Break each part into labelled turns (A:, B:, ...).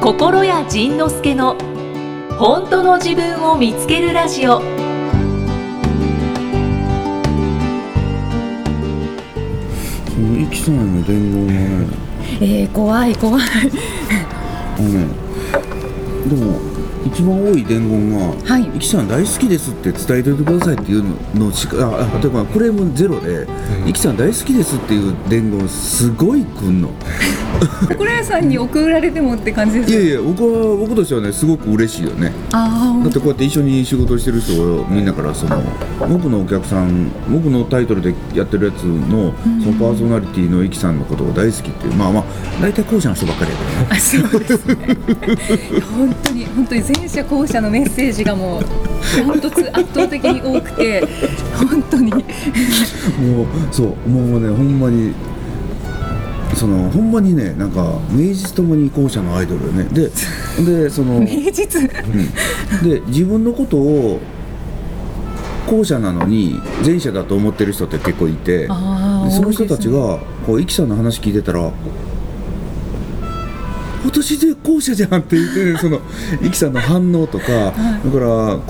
A: 心谷仁之助の本当の自分を見つけるラジオ
B: そのいきさんへの伝言はね
C: えー、怖い怖い
B: あのねでも一番多い伝言が「
C: はい
B: きさん大好きです」って伝えておいてくださいっていうのしかああ例えばこれもゼロで「いきさん大好きです」っていう伝言すごいくんの
C: 心屋さんに送られてもって感じで
B: い
C: す
B: やいや僕は僕としてはねすごく嬉しいよね
C: あ
B: だってこうやって一緒に仕事をしてる人をみんなからその僕のお客さん僕のタイトルでやってるやつのそのパーソナリティのいきさんのことが大好きっていうまあまあ大体後者の人ばっかりやけどね
C: ああそうですねいや本当に本当に前者後者のメッセージがもう本当圧倒的に多くて本当に
B: もうそうもうねほんまにそのほんまにねなんか名実ともに後者のアイドルよね ででその、うん、で
C: 名実
B: 自分のことを後者なのに前者だと思ってる人って結構いて
C: あ
B: で
C: ー
B: その人たち
C: 多いですね
B: がこうイキさんの話聞いてたら私で後者じゃんって言って ね、そのイキさんの反応とか、だからこ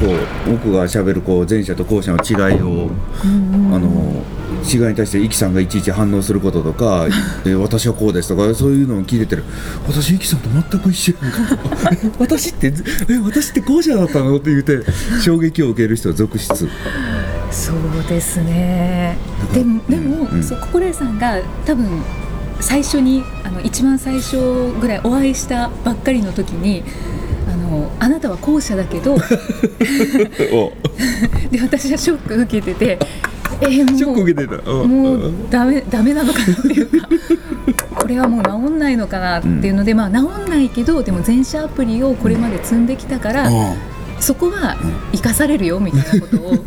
B: う僕がしゃべるこう前者と後者の違いを、あの違いに対してイキさんがいちいち反応することと かで私はこうですとかそういうのを聞いてて私イキさんと全く一緒やん かえ私ってえ私って後者だったのって言って衝撃を受ける人続 出。
C: そうですねでもでも、
B: うん
C: そう心屋さんが多分最初にあの一番最初ぐらいお会いしたばっかりの時にあのあなたは後者だけどで私はショック受けてて、えーもう
B: ショック受けてた。うん
C: もうダメダメなのかなっていうかこれはもう治んないのかなっていうので、まあ治んないけどでも全社アプリをこれまで積んできたから、
B: うん
C: そこは生かされるよみたいなことを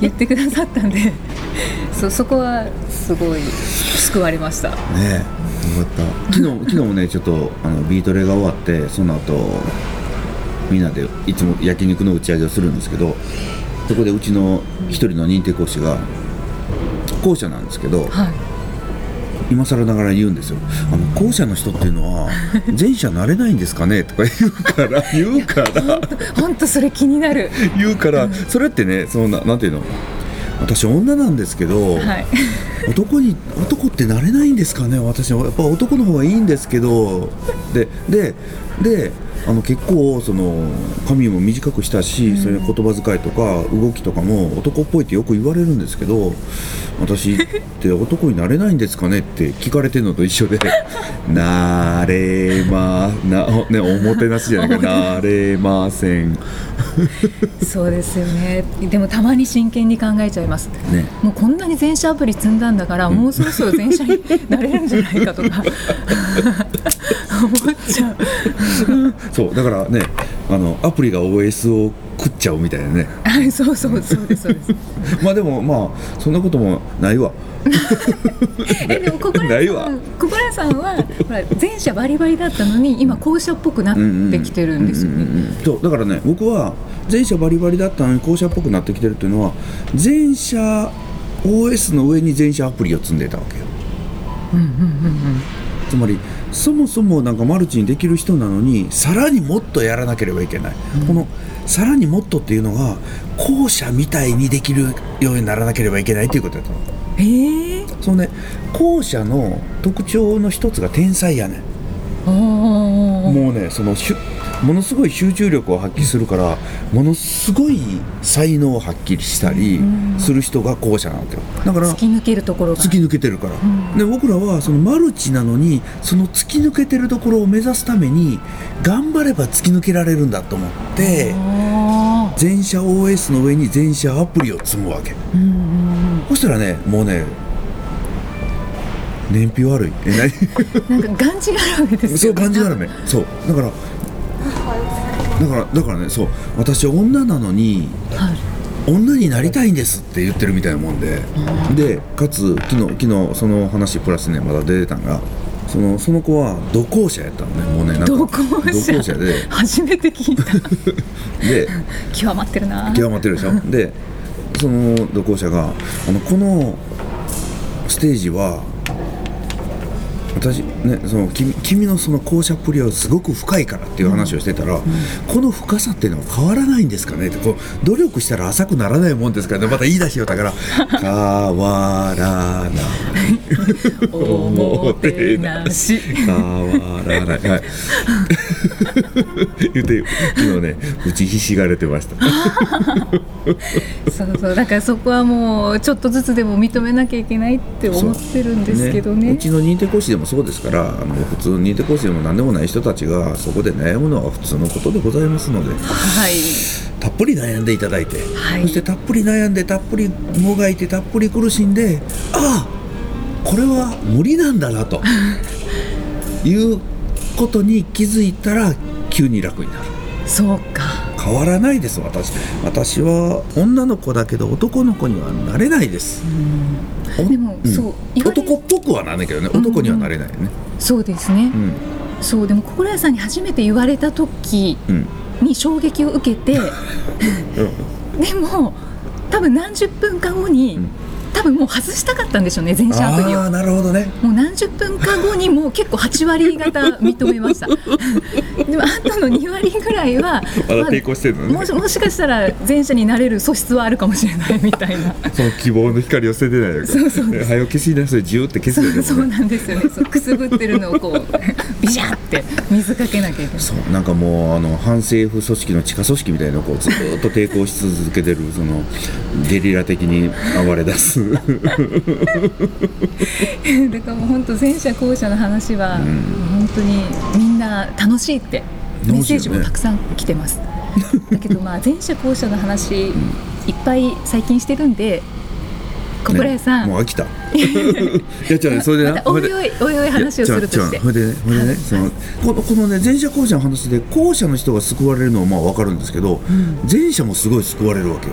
C: 言ってくださったんでそそこはすごい救われました
B: ねえよかった昨 日昨日もねちょっとあのビートレが終わってその後みんなでいつも焼肉の打ち上げをするんですけどそこでうちの一人の認定講師が後者なんですけど
C: はい
B: 今更ながら言うんですよ「あの後者の人っていうの は前者なれないんですかね?」とか言うから言うから
C: 本当それ気になる
B: 言うからそれってねそんななんていうの私女なんですけど、
C: はい
B: 男に男ってなれないんですかね私はやっぱ男の方がいいんですけどででであの結構その髪も短くしたし、そういう言葉遣いとか動きとかも男っぽいってよく言われるんですけど私って男になれないんですかねって聞かれてるのと一緒で 「なれまな、ね、 おもてなしじゃないかなれません」ね
C: そうですよねでもたまに真剣に考えちゃいますもうこんなに全社アプリ積んだんだから、もうそろそろ全社になれるんじゃないかとか思っち ゃう
B: そうだからねあのアプリが OS を食っちゃうみたいなね
C: はいそうそうそうですそうです
B: まあでもまあそんなこともないわ。
C: えでも小倉
B: ない
C: さ
B: わ
C: ん小倉さんはほら前者バリバリだったのに今後者っぽくなってきてるんですよ
B: うんう
C: ね。
B: んうんうんそうだからね僕は前者バリバリだったのに後者っぽくなってきてるっていうのは前者 OS の上に前者アプリを積んでたわけよ。つまりそもそもなんかマルチにできる人なのにさらにもっとやらなければいけない、このさらにもっとっていうのが後者みたいにできるようにならなければいけないということだったの
C: ええー、
B: そのね後者の特徴の一つが天才やねん
C: あ
B: もうねそのしゅものすごい集中力を発揮するからものすごい才能を発揮したりする人が後者なんだよだから
C: あ突き抜けるところが
B: 突き抜けてるから、で僕らはそのマルチなのにその突き抜けてるところを目指すために頑張れば突き抜けられるんだと思って
C: あ
B: 全社 OS の上に全社アプリを積むわけ、
C: ーうんうんうん
B: そしたらねもうね燃費悪いえ何
C: なんかがんじがらめですよね。
B: そう感じがあるねそうだからだからだからねそう私女なのに
C: はい。
B: 女になりたいんですって言ってるみたいなもんででかつ昨日昨日その話プラスねまだ出てたんがそのその子は同行者やったのねもうねなんか
C: 同行者
B: 同行者で
C: 初めて聞いた。
B: で
C: 極まってるな。
B: 極まってるでしょでその同行者があのこのステージは私ねその君君のその校舎っぷりはすごく深いからっていう話をしてたら、この深さっていうのは変わらないんですかねってこう努力したら浅くならないもんですからねまた言い出しよったから変わらない
C: おもてなし
B: 変わらない、はい、 言って昨日ね打ちひしがれてました
C: そうそうだからそこはもうちょっとずつでも認めなきゃいけないって思ってるんですけどね
B: うちの認定講師でもそうですからあの普通の認定講師でも何でもない人たちがそこで悩むのは普通のことでございますので
C: はい
B: たっぷり悩んでいただいて、
C: はい
B: そしてたっぷり悩んでたっぷりもがいてたっぷり苦しんでああこれは無理なんだな ということに気づいたら急に楽になる。
C: そうか
B: 変わらないです私私は女の子だけど男の子にはなれないです、お
C: でも
B: ん
C: そう意外に
B: 男っぽくはなんだけどね
C: んうん
B: 男にはなれないよね
C: そうですね、
B: うん
C: そうでも心屋さんに初めて言われた時
B: うん
C: に衝撃を受け てでも多分何十分か後に、
B: うん
C: 多分もう外したかったんでしょうね全シャープに
B: あ
C: を
B: あなるほどね
C: もう何十分か後にもう結構8割方認め ましたでもあとの2割ぐらいは
B: まだ
C: まあ
B: 抵抗してるのね、
C: もしもしかしたら前者になれる素質はあるかもしれないみた いな
B: その希望の光を捨ててないよ
C: そうそう
B: ね早起きしなさいジューって消
C: そ
B: すよ
C: う
B: ね
C: そうなんですよねそうくすぶってるのをこうビシャって水かけなきゃいけない
B: そうなんかもうあの反政府組織の地下組織みたいなのをこうずーっと抵抗し続けてるそのゲリラ的に暴れ出す
C: だからもう本当前者後者の話は、本当にみんな楽しいってメッセージもたくさん来てます、だけどまあ前者後者の話、いっぱい最近してるんで心屋さん、
B: ねもう飽きた いや違うねそれでな
C: またおいおいおいおい話をするとして
B: いや違う違うそれでね、それでね、そのこのこのね前者後者の話で後者の人が救われるのはまあわかるんですけど、前者もすごい救われるわけよ。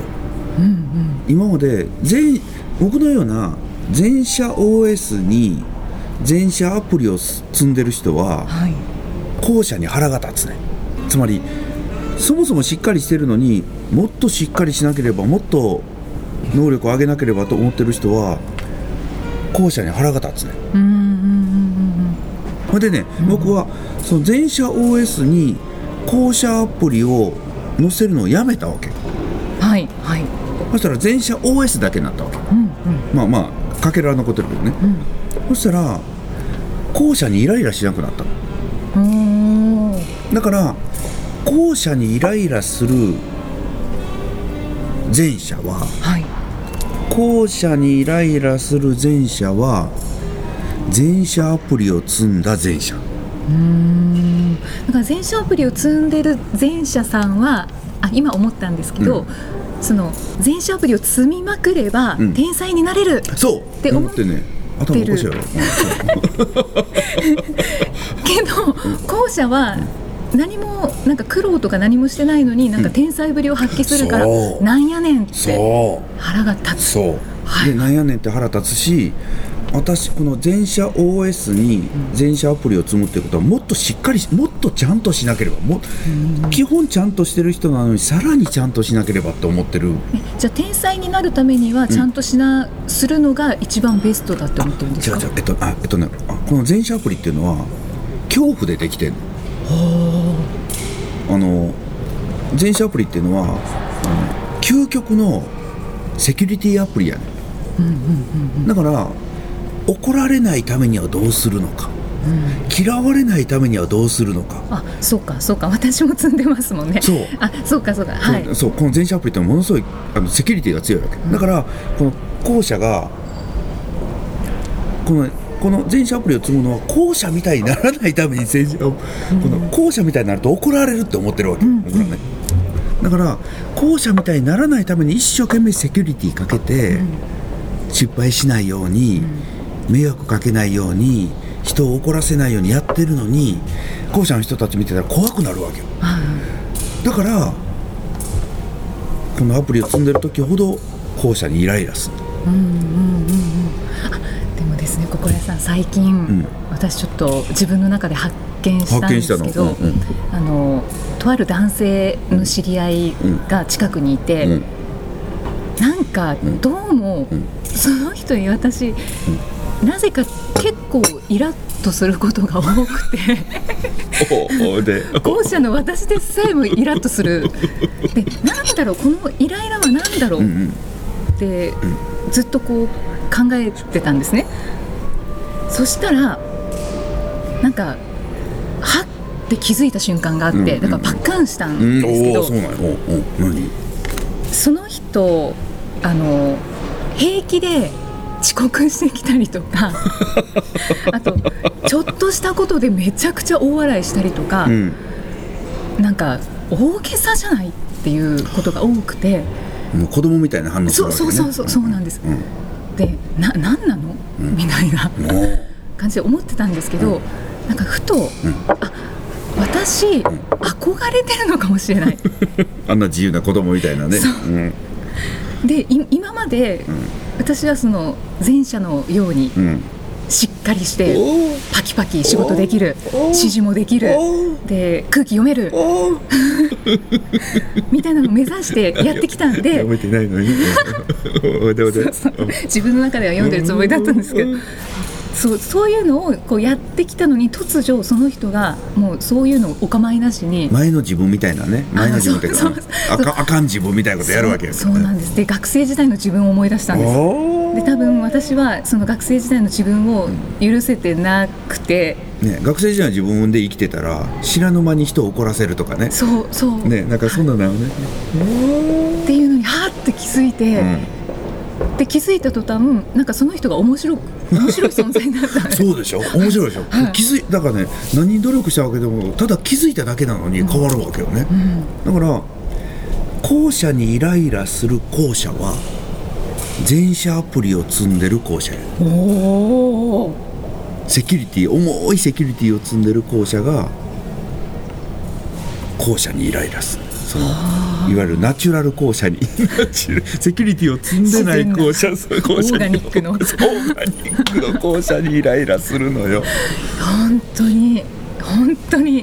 B: 今まで前僕のような前者 OS に前者アプリを積んでる人は
C: はい
B: 後者に腹が立つね。つまりそもそもしっかりしてるのにもっとしっかりしなければもっと能力を上げなければと思ってる人は後者に腹が立つね。
C: うんうんうん
B: それでね、僕はその全社 OS に後者アプリを載せるのをやめたわけ
C: うんはいはい
B: そしたら全社 OS だけになったわけ
C: うんうん
B: まあまあかけら残ってるけどね、そしたら後者にイライラしなくなったの
C: おー
B: だから後者にイライラする前者は
C: はい
B: 後者にイライラする前者は前者アプリを積んだ前者
C: だから全社アプリを積んでる全社さんはあ今思ったんですけど、
B: うん
C: その全社アプリを積みまくれば、
B: ん
C: 天才になれる
B: そう
C: て思
B: 思
C: っ
B: ってね頭おかしいやろ、うん
C: けど後者は何もなんか苦労とか何もしてないのになんか天才ぶりを発揮するから、
B: そう
C: なんやねんって
B: そう
C: 腹が立つ。
B: そう、
C: はい
B: で悩んねんって腹立つし私この全社 OS に全社アプリを積むっていうことはもっとしっかりしもっとちゃんとしなければも基本ちゃんとしてる人なのにさらにちゃんとしなければと思ってる
C: じゃあ天才になるためにはちゃんとしな、するのが一番ベストだって思ってるんで
B: 違
C: す
B: う
C: か
B: 違うえっとあえっとねあこの全社アプリっていうのは恐怖でできてるあの全社アプリっていうのはあの究極のセキュリティアプリやね、だから怒られないためにはどうするのか、嫌われないためにはどうするのか
C: あそうかそうか私も積んでますもんね
B: そう
C: あそうかそうかはい
B: そうそうこの全社アプリってものすごいあのセキュリティが強いわけ、だからこの後者がこのこの全社アプリを積むのは後者みたいにならないために全社をこの後者みたいになると怒られるって思ってるわけ、僕らねだから後者みたいにならないために一生懸命セキュリティかけて、失敗しないように、迷惑かけないように人を怒らせないようにやってるのに後者の人たち見てたら怖くなるわけよだからこのアプリを積んでる時ほど後者にイライラする
C: でもですね、心屋さん、最近、
B: ん
C: 私ちょっと自分の中で発見したんですけど、
B: 発見し
C: あのとある男性の知り合いが近くにいて、
B: うん
C: なんかどうも、その人に私、なぜか結構イラッとすることが多く て
B: おおで
C: 後者の私でさえもイラッとするでなんだろうこのイライラは何だろ
B: う
C: うん
B: うん
C: ってずっとこう考えてたんですねそしたらなんかはって気づいた瞬間があって、
B: うんうん
C: だからパッカンしたん
B: うん、
C: ですけ
B: お
C: ど、
B: おそうなんやおうおう何
C: その人あの平気で遅刻してきたりと かあとちょっとしたことでめちゃくちゃ大笑いしたりとか、
B: うん
C: なんか大げさじゃないっていうことが多くて
B: もう子供みたいな反応する
C: そ
B: わ
C: う
B: け、ね、
C: そうそうそうそうなんです
B: うん
C: でな何なのみたいな
B: おう
C: 感じで思ってたんですけど、なんかふと、あ私憧れてるのかもしれない
B: あんな自由な子供みたいなねうん
C: でい今まで、私はその前者のように
B: うん
C: しっかりして
B: おう
C: パキパキ仕事できる
B: お
C: 指示もできる
B: おう
C: で空気読める
B: おう
C: みたいなのを目指してやってきた んで
B: 読めてない のにおいでおいで
C: そう自分の中では読んでるつもりだったんですけど
B: うん
C: そうそういうのをこうやってきたのに突如その人がもうそういうのをお構いなしに
B: 前の自分みたいなね前の自分っていうか
C: そうそう
B: あかあかん自分みたいなことやるわけや
C: そうそうなんですで学生時代の自分を思い出したんです
B: お
C: で
B: ー
C: 多分私はその学生時代の自分を許せてなくて
B: ね、学生時代の自分で生きてたら知らぬ間に人を怒らせるとかね
C: そうそう、
B: ねなんかそんなのよね
C: っていうのにはーって気づいて、で気づいた途端なんかその人が面白く面白い存在になったん
B: うん、
C: です
B: そうでしょ面白いでしょ、気づいだからね何に努力したわけでもただ気づいただけなのに変わるわけよね、だから後者にイライラする後者は全社アプリを積んでる後者や
C: おお
B: セキュリティ重いセキュリティを積んでる校舎が校舎にイライラするそのいわゆるナチュラル校舎 にナチュラルセキュリティを積んでない校舎そう校舎に
C: オーガニックの
B: オーガニックの校舎にイライラするのよ
C: 本当に本当に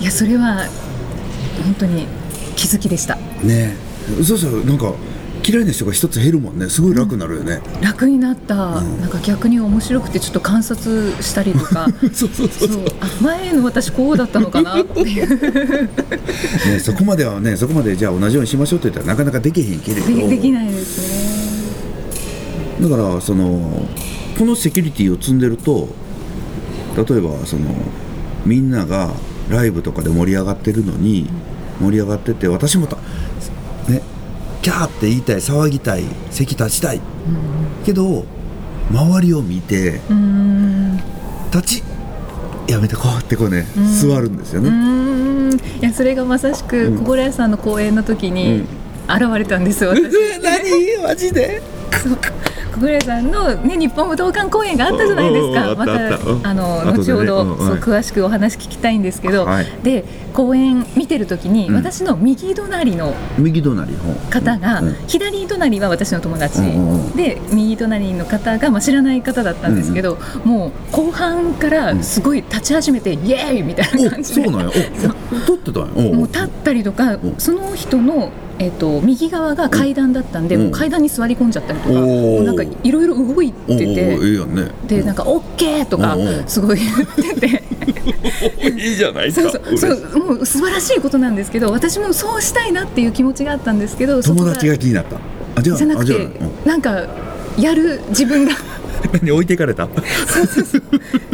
C: いやそれは本当に気づきでした
B: ねえそうそうなんか嫌いな人が一つ減るもんねすごい楽になるよね、
C: 楽になった、なんか逆に面白くてちょっと観察したりと か
B: そうそうそ
C: そう
B: そう
C: うあ前の私こうだったのかなっていう
B: ね、そこまではねそこまでじゃあ同じようにしましょうって言ったらなかなかできへんけれど
C: でできないですね
B: だからそのこのセキュリティを積んでると例えばそのみんながライブとかで盛り上がってるのに盛り上がってて私もたねキャーって言いたい騒ぎたい席立ちたい、けど周りを見て
C: うーん
B: 立ちやめてこうってこうね、座るんですよ
C: う
B: ね、
C: ーんいやそれがまさしく小倉屋さんの講演の時
B: う
C: に
B: ん
C: 現れたんです 私
B: え何マジで
C: 小暮さんの、ね、日本武道館公演があったじゃないです
B: おうおうお
C: か、
B: うあ
C: ま
B: ったあったうん
C: たあの
B: 後で
C: 後
B: ね
C: ほど、
B: うん
C: そう
B: はい
C: 詳しくお話聞きたいんですけど、
B: はい
C: で公演見てる時に、
B: ん
C: 私の右隣の
B: 右隣の方
C: 方が、
B: うん
C: 左隣は私の友達、
B: うんうんうん
C: で右隣の方が、まあ、知らない方だったんですけど、もう後半からすごい立ち始めて、イエーイみたいな感
B: お
C: じで
B: そうなんやお撮ってたんやお
C: もう立ったりとか
B: ん
C: その人の、えっと右側が階段だったんで、
B: うん
C: もう階段に座り込んじゃったりとか、
B: おー
C: もうなんかいろいろ動い
B: おお
C: て
B: お
C: て。
B: ええやんね
C: でなんか「オッケー!」とか
B: うんうん
C: すごい言っ てて
B: いいじゃない
C: そうそうそうもう素晴らしいことなんですけど私もそうしたいなっていう気持ちがあったんですけどそこ
B: 友達が気になったあじゃあ
C: じゃな
B: あ
C: く
B: じゃあ
C: てなんかやる自分が
B: うん何置いていかれたあ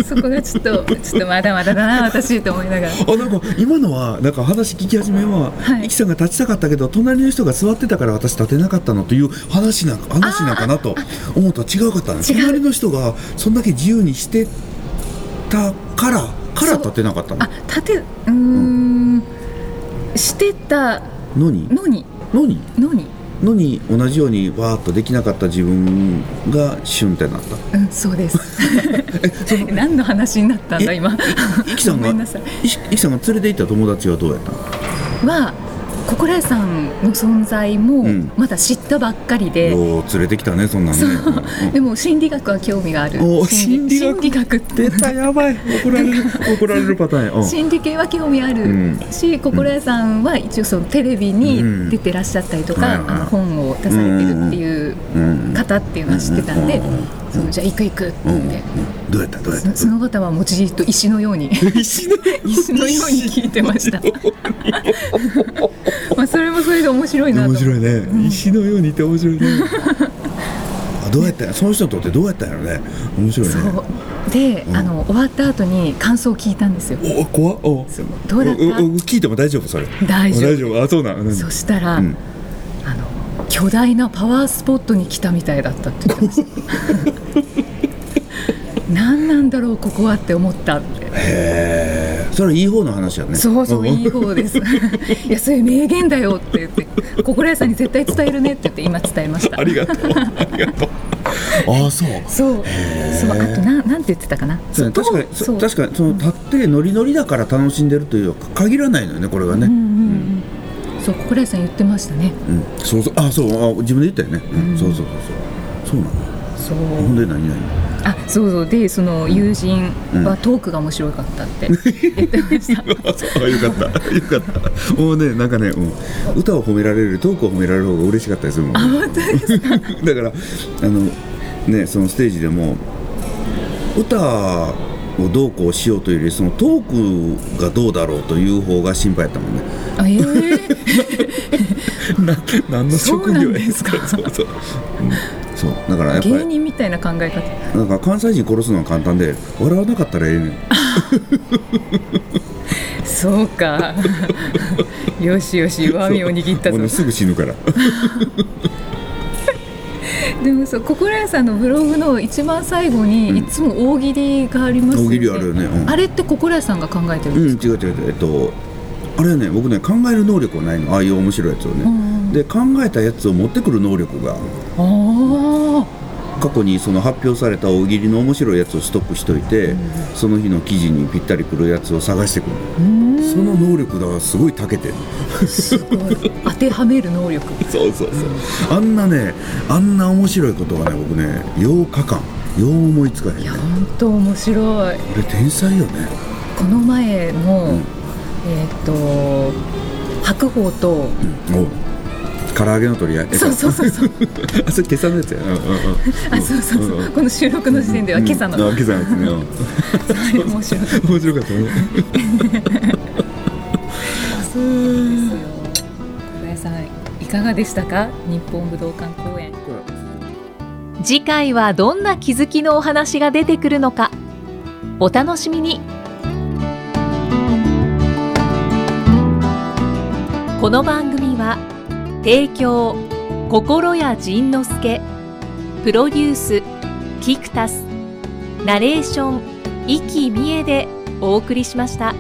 C: そこがちょっとちょっとまだまだだな私と思いながら
B: なんか今のはなんか話聞き始めは、
C: はい
B: いきさんが立ちたかったけど隣の人が座ってたから私立てなかったのという話なんか話なんかなと思ったら違うかったね
C: 違う
B: 隣の人がそんだけ自由にしてたからから立てなかった
C: あ立てうーんしてた
B: のに
C: のに
B: のに
C: のに
B: のに同じようにわーっとできなかった自分がシュンってなった
C: うん、そうです。何の話になったんだ
B: え
C: 今。
B: いきさんが
C: ごめんなさい
B: いきさんが連れて行った友達はどうやったの
C: はココラさんの存在も
B: うん
C: まだ知ったばっかりで、
B: おー連れてきたねそんなんねうんうん
C: でも心理学は興味がある。
B: おー
C: 心理学って
B: 出たやばい怒られ る怒られるパターンやうん
C: 心理系は興味ある、
B: うん
C: しココラさんは一応そのテレビに出てらっしゃったりとか、
B: うん
C: あの本を出されてるっていう
B: うん
C: 方っていうのは知ってたんで、
B: うん
C: そのじゃあ行く行くって
B: うんう
C: 言
B: ん
C: っ
B: うん
C: て、
B: どうやったどうやった
C: そその方はもうじーっと石のように
B: 石の
C: 石のように聞いてましたまあそれもそれで面白いなと
B: 面白いね、石のようにいて面白いねあどうやったその人にとってどうやったんやろね面白いね
C: そうで、
B: うん
C: あの終わった後に感想を聞いたんですよ
B: お怖っお
C: そうどうだった
B: おお聞いても大丈夫それ
C: 大丈夫
B: ああそうなんうん
C: そしたら、
B: うん
C: あの巨大なパワースポットに来たみたいだったって言っ てました何なんだろうここはって思ったって
B: へえそれいい方の話やね
C: そうそう、
B: ん
C: いい 方ですいやそういう名言だよって言って心屋さんに絶対伝えるねって言って今伝えました
B: ありがとうありがとうああそう
C: そうそうあとななんて言ってたかな
B: そうね
C: そう
B: 確かに
C: そ
B: そう確かにその立ってノリノリだから楽しんでるというか限らないのよねこれがね、
C: うんうんうんそう心屋さん言ってましたね
B: うんそうそうあそうあ自分で言ったよね、うんそうそうそうそうそうなの
C: そう
B: ほんで何 々
C: あそうそうでその友人
B: うん
C: はトークが面白かっ たって言ってました
B: あそうあよかったよかったもうねなんかね、うん、歌を褒められるよりトークを褒められる方が嬉しかったでするもん
C: あ本当ですか
B: だからあのねそのステージでも歌をどうこうしようというよりそのトークがどうだろうという方が心配やったもんね。
C: あええ
B: な何の
C: 職業やそうなんですか
B: そう そう、うんそうだからやっぱ
C: 芸
B: り
C: 人みたいな考え方
B: なんか関西人殺すのは簡単で笑わなかったらええねん。
C: そ うかよしよし弱みを握った
B: もうね
C: ぞ
B: すぐ死ぬから。
C: でもそう心屋さんのブログの一番最後に、いつも大喜利がありますよね
B: 大喜利あるよねうん
C: あれって心屋さんが考えてる
B: うんん
C: で
B: 違
C: す
B: う違う違うえっとあれはね僕ね考える能力はないのああいう面白いやつをね。
C: んうん
B: で考えたやつを持ってくる能力がある
C: か、あ
B: 過去にその発表された大喜利の面白いやつをストックしといて、その日の記事にぴったりくるやつを探してくる、
C: あうん
B: その能力だからすごい長けてる
C: すごい当てはめる能力
B: そうそうそうあんなねあんな面白いことがね僕ね8日間よう思いつかへん
C: い
B: ね
C: や本当面白い
B: これ天才よね
C: この前
B: ん
C: の、えっ、と白鵬と
B: おう唐揚げの取り合い
C: そうそうそうそう
B: あそれ今朝のやつや、うんうんうん、
C: あそうそうそう、
B: うん
C: この収録の時点では今朝の、
B: うんあ今朝のやつねうん
C: 面白い ですよ
B: 面白かったね
C: 小林さんいかがでしたか日本武道館公演
A: 次回はどんな気づきのお話が出てくるのかお楽しみにこの番組は提供心谷仁之助プロデュースキクタスナレーション生きみえでお送りしました。